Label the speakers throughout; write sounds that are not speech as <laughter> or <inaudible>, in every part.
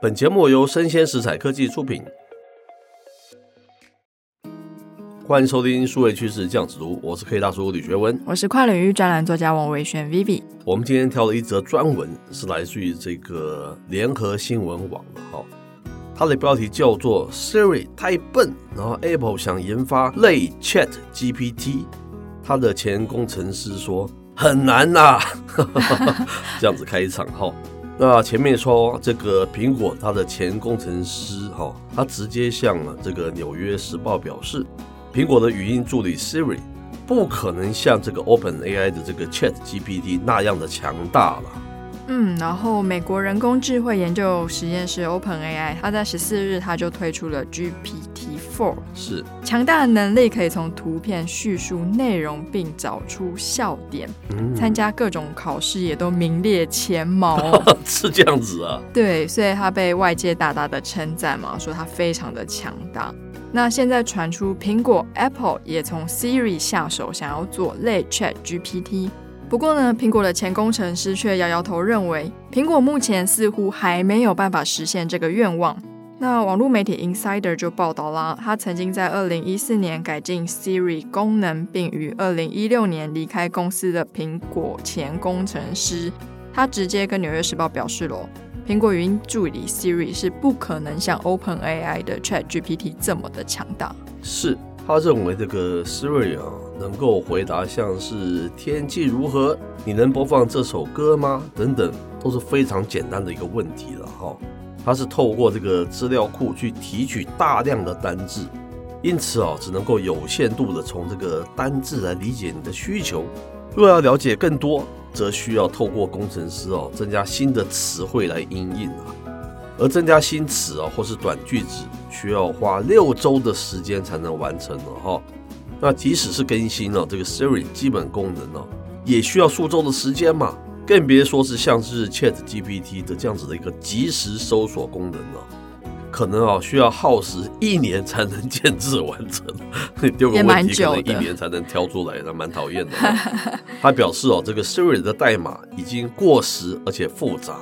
Speaker 1: 本节目由生鲜食材科技出品，欢迎收听数位趋势酱子读，我是 K 大叔李学文。
Speaker 2: 我是跨领域专栏作家王维轩 Vivi。
Speaker 1: 我们今天挑了一则专文，是来自于这个联合新闻网的哈、它的标题叫做 “Siri 太笨”，然后 Apple 想研发类 Chat GPT。它的前工程师说很难呐、 <laughs> 这样子开场哈、那前面说这个苹果它的前工程师哈、他直接向了这个《纽约时报》表示，苹果的语音助理 Siri 不可能像这个 Open AI 的这个 Chat GPT 那样的强大了。
Speaker 2: 嗯，然后美国人工智慧研究实验室 OpenAI，它在十四日它就推出了 GPT Four，
Speaker 1: 是，
Speaker 2: 强大的能力可以从图片叙述内容并找出笑点，
Speaker 1: 嗯
Speaker 2: 参加各种考试也都名列前茅 <laughs> 哦。
Speaker 1: 是这样子啊，
Speaker 2: 对，所以它被外界大大的称赞嘛，说它非常的强大。那现在传出苹果 Apple 也从 Siri 下手，想要做类 Chat GPT。不过呢，苹果的前工程师却摇摇头，认为苹果目前似乎还没有办法实现这个愿望。那网络媒体 Insider 就报道啦，他曾经在2014年改进 Siri 功能，并于2016年离开公司的苹果前工程师，他直接跟《纽约时报》表示喽，苹果语音助理 Siri 是不可能像 OpenAI 的 ChatGPT 这么的强大。
Speaker 1: 是他认为这个 Siri 啊能够回答像是天气如何，你能播放这首歌吗？等等，都是非常简单的一个问题了哈、它是透过这个资料库去提取大量的单字，因此啊，只能够有限度的从这个单字来理解你的需求。若要了解更多，则需要透过工程师哦增加新的词汇来应应啊。而增加新词啊或是短句子，需要花六周的时间才能完成了哈。那即使是更新哦了、这个 Siri 基本功能哦、也需要数周的时间嘛，更别说是像是 Chat GPT 的这样子的一个即时搜索功能了、可能啊需要耗时一年才能建制完成， <laughs> 丢个
Speaker 2: 也
Speaker 1: 问
Speaker 2: 蛮
Speaker 1: 题可能
Speaker 2: 久的
Speaker 1: 一年才能挑出来，那蛮讨厌的哦、他表示哦，这个 Siri 的代码已经过时而且复杂。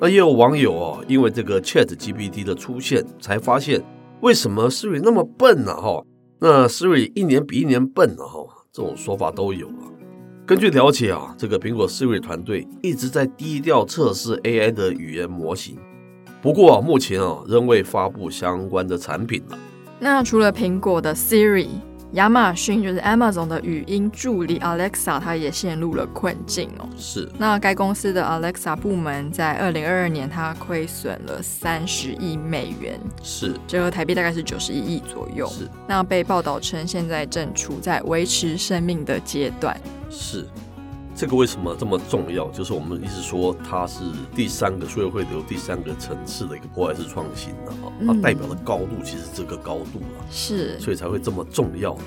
Speaker 1: 那也有网友哦，因为这个 Chat GPT 的出现，才发现为什么 Siri 那么笨呢、啊哈、那 Siri 一年比一年笨啊呢、哈、这种说法都有啊。根据了解啊，这个苹果 Siri 团队一直在低调测试 AI 的语言模型，不过、啊、目前啊仍未发布相关的产品了。
Speaker 2: 那除了苹果的 Siri，亚马逊就是 Amazon 的语音助理 Alexa，它也陷入了困境哦。
Speaker 1: 是
Speaker 2: 那该公司的 Alexa 部门在二零二二年，它亏损了三十亿美元，
Speaker 1: 是
Speaker 2: 折合台币大概是九十一亿左右。
Speaker 1: 是
Speaker 2: 那被报道称，现在正处在维持生命的阶段。
Speaker 1: 是，这个为什么这么重要？就是我们一直说它是第三个，所以会留第三个层次的一个破坏式创新的啊，它
Speaker 2: 嗯
Speaker 1: 代表的高度其实这个高度啊，
Speaker 2: 是，
Speaker 1: 所以才会这么重要啊。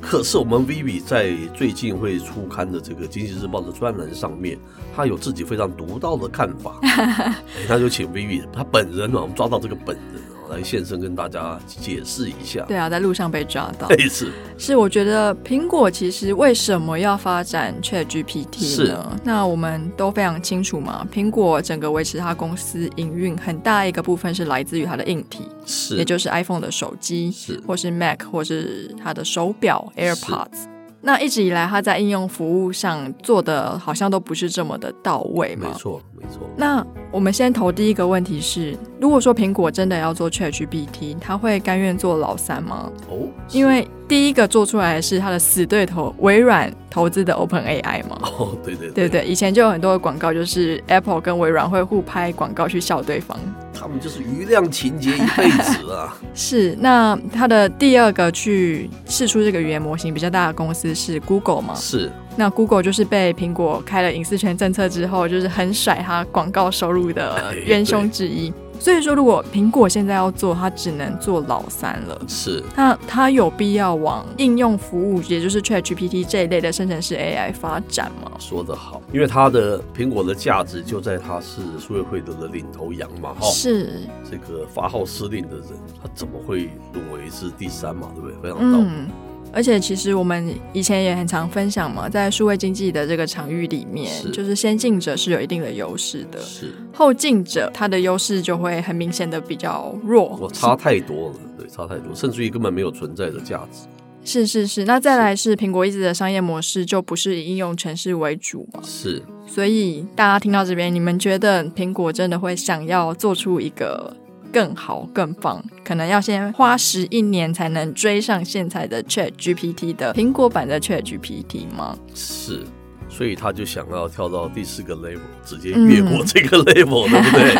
Speaker 1: 可是我们 Vivi 在最近会出刊的这个《经济日报》的专栏上面，他有自己非常独到的看
Speaker 2: <laughs>
Speaker 1: 法，哎那就请 Vivi 他本人啊，我们抓到这个本人啊，来现身跟大家解释一下。
Speaker 2: <laughs>
Speaker 1: 哎
Speaker 2: 对啊，在路上被抓到。
Speaker 1: 类似
Speaker 2: 是，我觉得苹果其实为什么要发展 ChatGPT 呢？那我们都非常清楚嘛，苹果整个维持它公司营运很大一个部分是来自于它的硬体，
Speaker 1: 是，
Speaker 2: 也就是 iPhone 的手机，
Speaker 1: 是
Speaker 2: 或是 Mac，或是它的手表 AirPods。那一直以来，它在应用服务上做的好像都不是这么的到位
Speaker 1: 没
Speaker 2: 嘛。
Speaker 1: 错没错，
Speaker 2: 那我们先投第一个问题是：如果说苹果真的要做 ChatGPT，它会甘愿做老三吗？
Speaker 1: 哦，
Speaker 2: 因为第一个做出来的是他的死对头微软投资的 Open AI 嘛，
Speaker 1: <laughs> 哦，对对
Speaker 2: 对不
Speaker 1: 对
Speaker 2: 对？以前就有很多的广告，就是 Apple 跟微软会互拍广告去笑对方。
Speaker 1: 他们就是余量情节一辈子
Speaker 2: <laughs>
Speaker 1: 啊！
Speaker 2: 是，那他的第二个去试出这个语言模型比较大的公司是 Google 嘛？
Speaker 1: 是
Speaker 2: 那 Google 就是被苹果开了隐私权政策之后，就是很甩它广告收入的元凶之一。所以说，如果苹果现在要做，它只能做老三了。
Speaker 1: 是
Speaker 2: 那它有必要往应用服务，也就是 ChatGPT 这一类的生成式 AI 发展吗？
Speaker 1: 说得好，因为它的苹果的价值就在它是苏维惠德的领头羊嘛，哈、
Speaker 2: 是，
Speaker 1: 这个发号施令的人，他怎么会沦为是第三嘛？对不对？非常道理。
Speaker 2: 嗯，而且其实我们以前也很常分享嘛，在数位经济的这个场域里面，
Speaker 1: 是
Speaker 2: 就是先进者是有一定的优势的，
Speaker 1: 是，
Speaker 2: 后进者他的优势就会很明显的比较弱。
Speaker 1: 我差太多了，对，差太多，甚至于根本没有存在的价值。
Speaker 2: 是是是，那再来是苹果一直的商业模式就不是以应用城市为主嘛，
Speaker 1: 是，
Speaker 2: 所以大家听到这边，你们觉得苹果真的会想要做出一个更好、更棒，可能要先花十一年才能追上现在的 Chat GPT 的苹果版的 Chat GPT 吗？
Speaker 1: 是，所以他就想要跳到第四个 level，直接
Speaker 2: 嗯
Speaker 1: 越过这个 level，、对不
Speaker 2: <laughs>
Speaker 1: 对？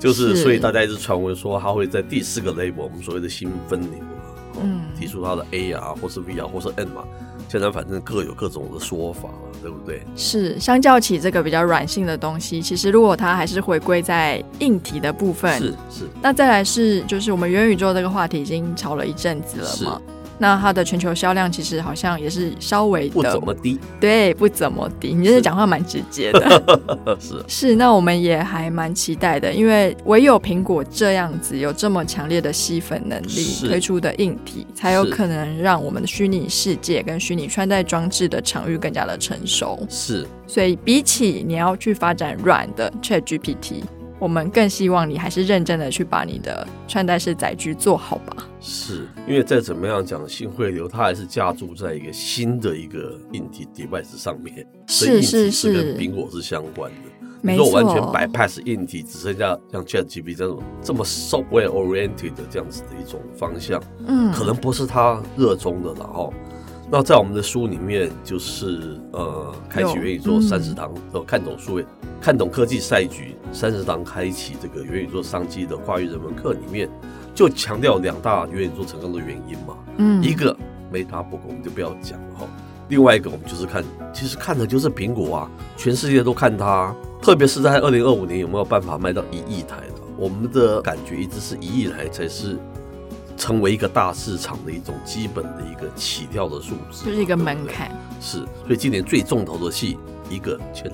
Speaker 1: 就是，
Speaker 2: 是
Speaker 1: 所以大家一直传闻说他会在第四个 level，我们所谓的新分流啊，哦
Speaker 2: 嗯
Speaker 1: 提出他的 A 啊，或是 V 啊，或是 N 嘛，现在反正各有各种的说法了，对不对？
Speaker 2: 是，相较起这个比较软性的东西，其实如果它还是回归在硬体的部分，
Speaker 1: 是是
Speaker 2: 那再来是，就是我们元宇宙这个话题已经炒了一阵子了嘛。那它的全球销量其实好像也是稍微的
Speaker 1: 不怎么低，
Speaker 2: 对，不怎么低。你真的
Speaker 1: 是
Speaker 2: 讲话蛮直接的。
Speaker 1: 呃是
Speaker 2: 是，那我们也还蛮期待的，因为唯有苹果这样子有这么强烈的吸粉能力，
Speaker 1: 是
Speaker 2: 推出的硬体，才有
Speaker 1: 是
Speaker 2: 可能让我们的虚拟世界跟虚拟穿戴装置的场域更加的成熟。
Speaker 1: 是
Speaker 2: 所以比起你要去发展软的 Chat GPT，我们更希望你还是认真的去把你的穿戴式载具做好吧。
Speaker 1: 是，因为再怎么样讲，新汇流它还是架注在一个新的一个硬体 device 上面，所以
Speaker 2: 是
Speaker 1: 硬体
Speaker 2: 是
Speaker 1: 是跟
Speaker 2: 是，
Speaker 1: 苹果是相关的。
Speaker 2: 没
Speaker 1: 你
Speaker 2: 错
Speaker 1: 说我完全 bypass 硬体，只剩下像 ChatGPT 这种这么 software oriented 的这样子的一种方向，
Speaker 2: 嗯，
Speaker 1: 可能不是他热衷的了哈。那在我们的书里面，就是呃，开启
Speaker 2: 有
Speaker 1: 元宇宙
Speaker 2: 嗯
Speaker 1: 三十堂，呃，看懂数位，看懂科技赛局三十堂，开启这个元宇宙商机的跨越人文课里面，就强调两大元宇宙成功的原因嘛。
Speaker 2: 嗯
Speaker 1: 一个 Meta Book 我们就不要讲了哈，另外一个我们就是看，其实看的就是苹果啊，全世界都看它啊，特别是在二零二五年有没有办法卖到一亿台呢？我们的感觉一直是一亿台才是成为一个大市场的一种基本的一个起跳的数字，
Speaker 2: 就是一
Speaker 1: 对
Speaker 2: 个
Speaker 1: 不对
Speaker 2: 门槛。
Speaker 1: 是，所以今年最重头的戏，一个 Chat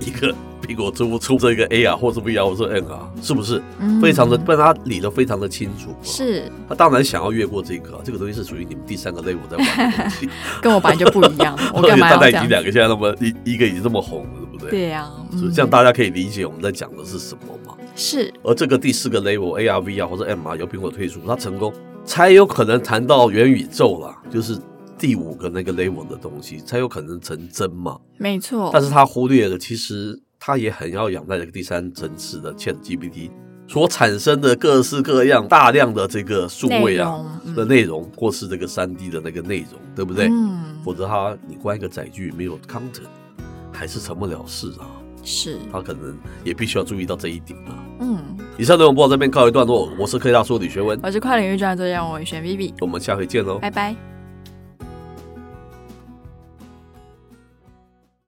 Speaker 1: GPT，一 <laughs> 个苹果出不出这个 A 啊，或是 V 啊，或是 N 啊，是不是？
Speaker 2: 嗯
Speaker 1: 非常的，被他理得非常的清楚。。
Speaker 2: 是
Speaker 1: 他当然想要越过这个，这个东西是属于你们第三个 level 在玩的
Speaker 2: <laughs>
Speaker 1: 东西。
Speaker 2: 跟我本来就不一
Speaker 1: <laughs>
Speaker 2: 样，我
Speaker 1: 而
Speaker 2: 干
Speaker 1: 且
Speaker 2: 嘛
Speaker 1: 大家
Speaker 2: 要这
Speaker 1: 已经
Speaker 2: 样
Speaker 1: 两
Speaker 2: 子？
Speaker 1: 个现在那么一一个已经这么红了，对不对？
Speaker 2: 对呀、
Speaker 3: 啊
Speaker 1: 所
Speaker 2: 嗯
Speaker 1: 以这样大家可以理解我们在讲的是什么嘛。
Speaker 2: 是
Speaker 1: 而这个第四个 level ARV 啊或者 M 啊，由苹果推出，它成功才有可能谈到元宇宙啦，就是第五个那个 level 的东西才有可能成真嘛。
Speaker 2: 没错
Speaker 1: 但，是他忽略了，其实他也很要仰赖这个第三层次的 Chat GPT 所产生的各式各样大量的这个数位啊
Speaker 2: 内容嗯
Speaker 1: 的内容，或是这个三 D 的那个内容，对不对？
Speaker 2: 嗯，
Speaker 1: 否则他你关一个载具没有 content，还是成不了事啊。
Speaker 2: 是，
Speaker 1: 他可能也必须要注意到这一点啊。
Speaker 2: 嗯，
Speaker 1: 以上内
Speaker 2: 哎
Speaker 1: 容播到这边告一段落，我是科技大叔李学文，
Speaker 2: 我是跨领域专栏作家王伟轩 Vivi，
Speaker 1: 我们下回见喽，哦
Speaker 2: 拜拜。